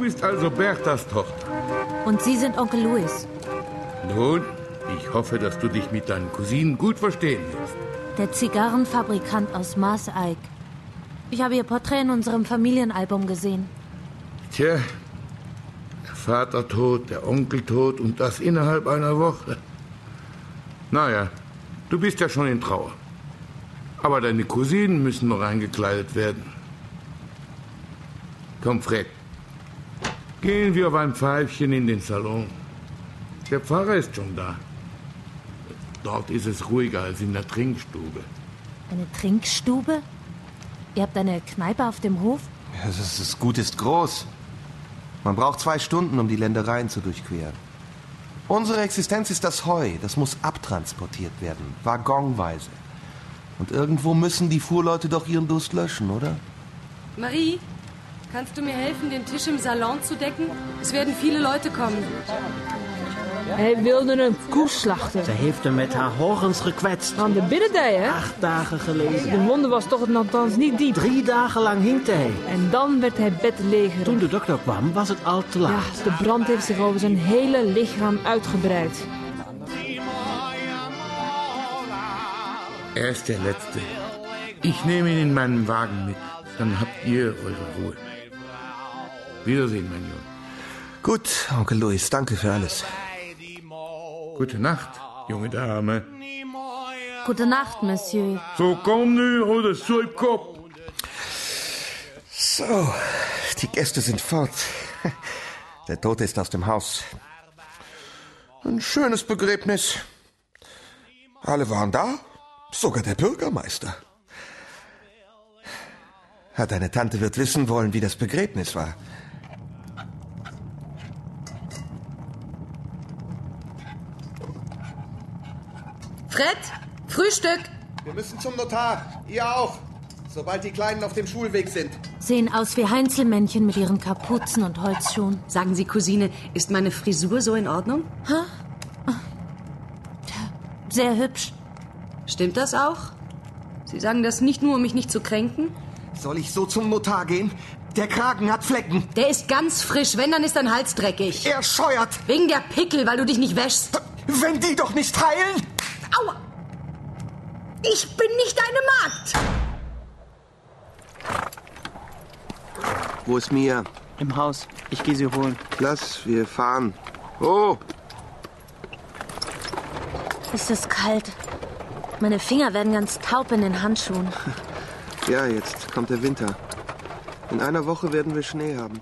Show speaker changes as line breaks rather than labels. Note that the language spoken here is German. bist also Berthas Tochter.
Und Sie sind Onkel Louis.
Nun, ich hoffe, dass du dich mit deinen Cousinen gut verstehen wirst.
Der Zigarrenfabrikant aus Maaseik. Ich habe ihr Porträt in unserem Familienalbum gesehen.
Tja, der Vater tot, der Onkel tot und das innerhalb einer Woche. Naja, du bist ja schon in Trauer. Aber deine Cousinen müssen noch eingekleidet werden. Komm, Fred. Gehen wir auf ein Pfeifchen in den Salon. Der Pfarrer ist schon da. Dort ist es ruhiger als in der Trinkstube.
Eine Trinkstube? Ihr habt eine Kneipe auf dem Hof?
Ja, das ist gut, ist groß. Man braucht zwei Stunden, um die Ländereien zu durchqueren. Unsere Existenz ist das Heu. Das muss abtransportiert werden. Waggonweise. Und irgendwo müssen die Fuhrleute doch ihren Durst löschen, oder?
Marie, kannst du mir helfen, den Tisch im Salon zu decken? Es werden viele Leute kommen.
Hij wilde een koe slachten.
Ze heeft hem met haar horens gekwetst.
Aan de binnendij, hè?
Acht dagen geleden.
De wonde was toch althans niet diep.
Drie dagen lang hinkte hij.
En dan werd hij bedlegerig.
Toen de dokter kwam, was het al te
Ja,
laat.
de brand heeft zich over zijn hele lichaam uitgebreid.
Er ist der Letzte. Ich nehme ihn in meinen Wagen mit. Dann habt ihr eure Ruhe. Wiedersehen, mein Junge.
Gut, Onkel Louis, danke für alles.
Gute Nacht, junge Dame.
Gute Nacht, Monsieur.
So komm nu oder so im Kopf.
So, die Gäste sind fort. Der Tote ist aus dem Haus. Ein schönes Begräbnis. Alle waren da, sogar der Bürgermeister. Ja, Deine Tante wird wissen wollen, wie das Begräbnis war.
Fred, Frühstück!
Wir müssen zum Notar. Ihr auch. Sobald die Kleinen auf dem Schulweg sind.
Sehen aus wie Heinzelmännchen mit ihren Kapuzen und Holzschuhen.
Sagen Sie, Cousine, ist meine Frisur so in Ordnung?
Sehr hübsch.
Stimmt das auch? Sie sagen das nicht nur, um mich nicht zu kränken?
Soll ich so zum Notar gehen? Der Kragen hat Flecken.
Der ist ganz frisch, wenn, dann ist dein Hals dreckig.
Er scheuert.
Wegen der Pickel, weil du dich nicht wäschst.
Wenn die doch nicht heilen!
Aua! Ich bin nicht deine Magd!
Wo ist Mia?
Im Haus. Ich gehe sie holen.
Lass, wir fahren. Oh,
Ist es kalt. Meine Finger werden ganz taub in den Handschuhen.
ja, jetzt kommt der Winter. In einer Woche werden wir Schnee haben.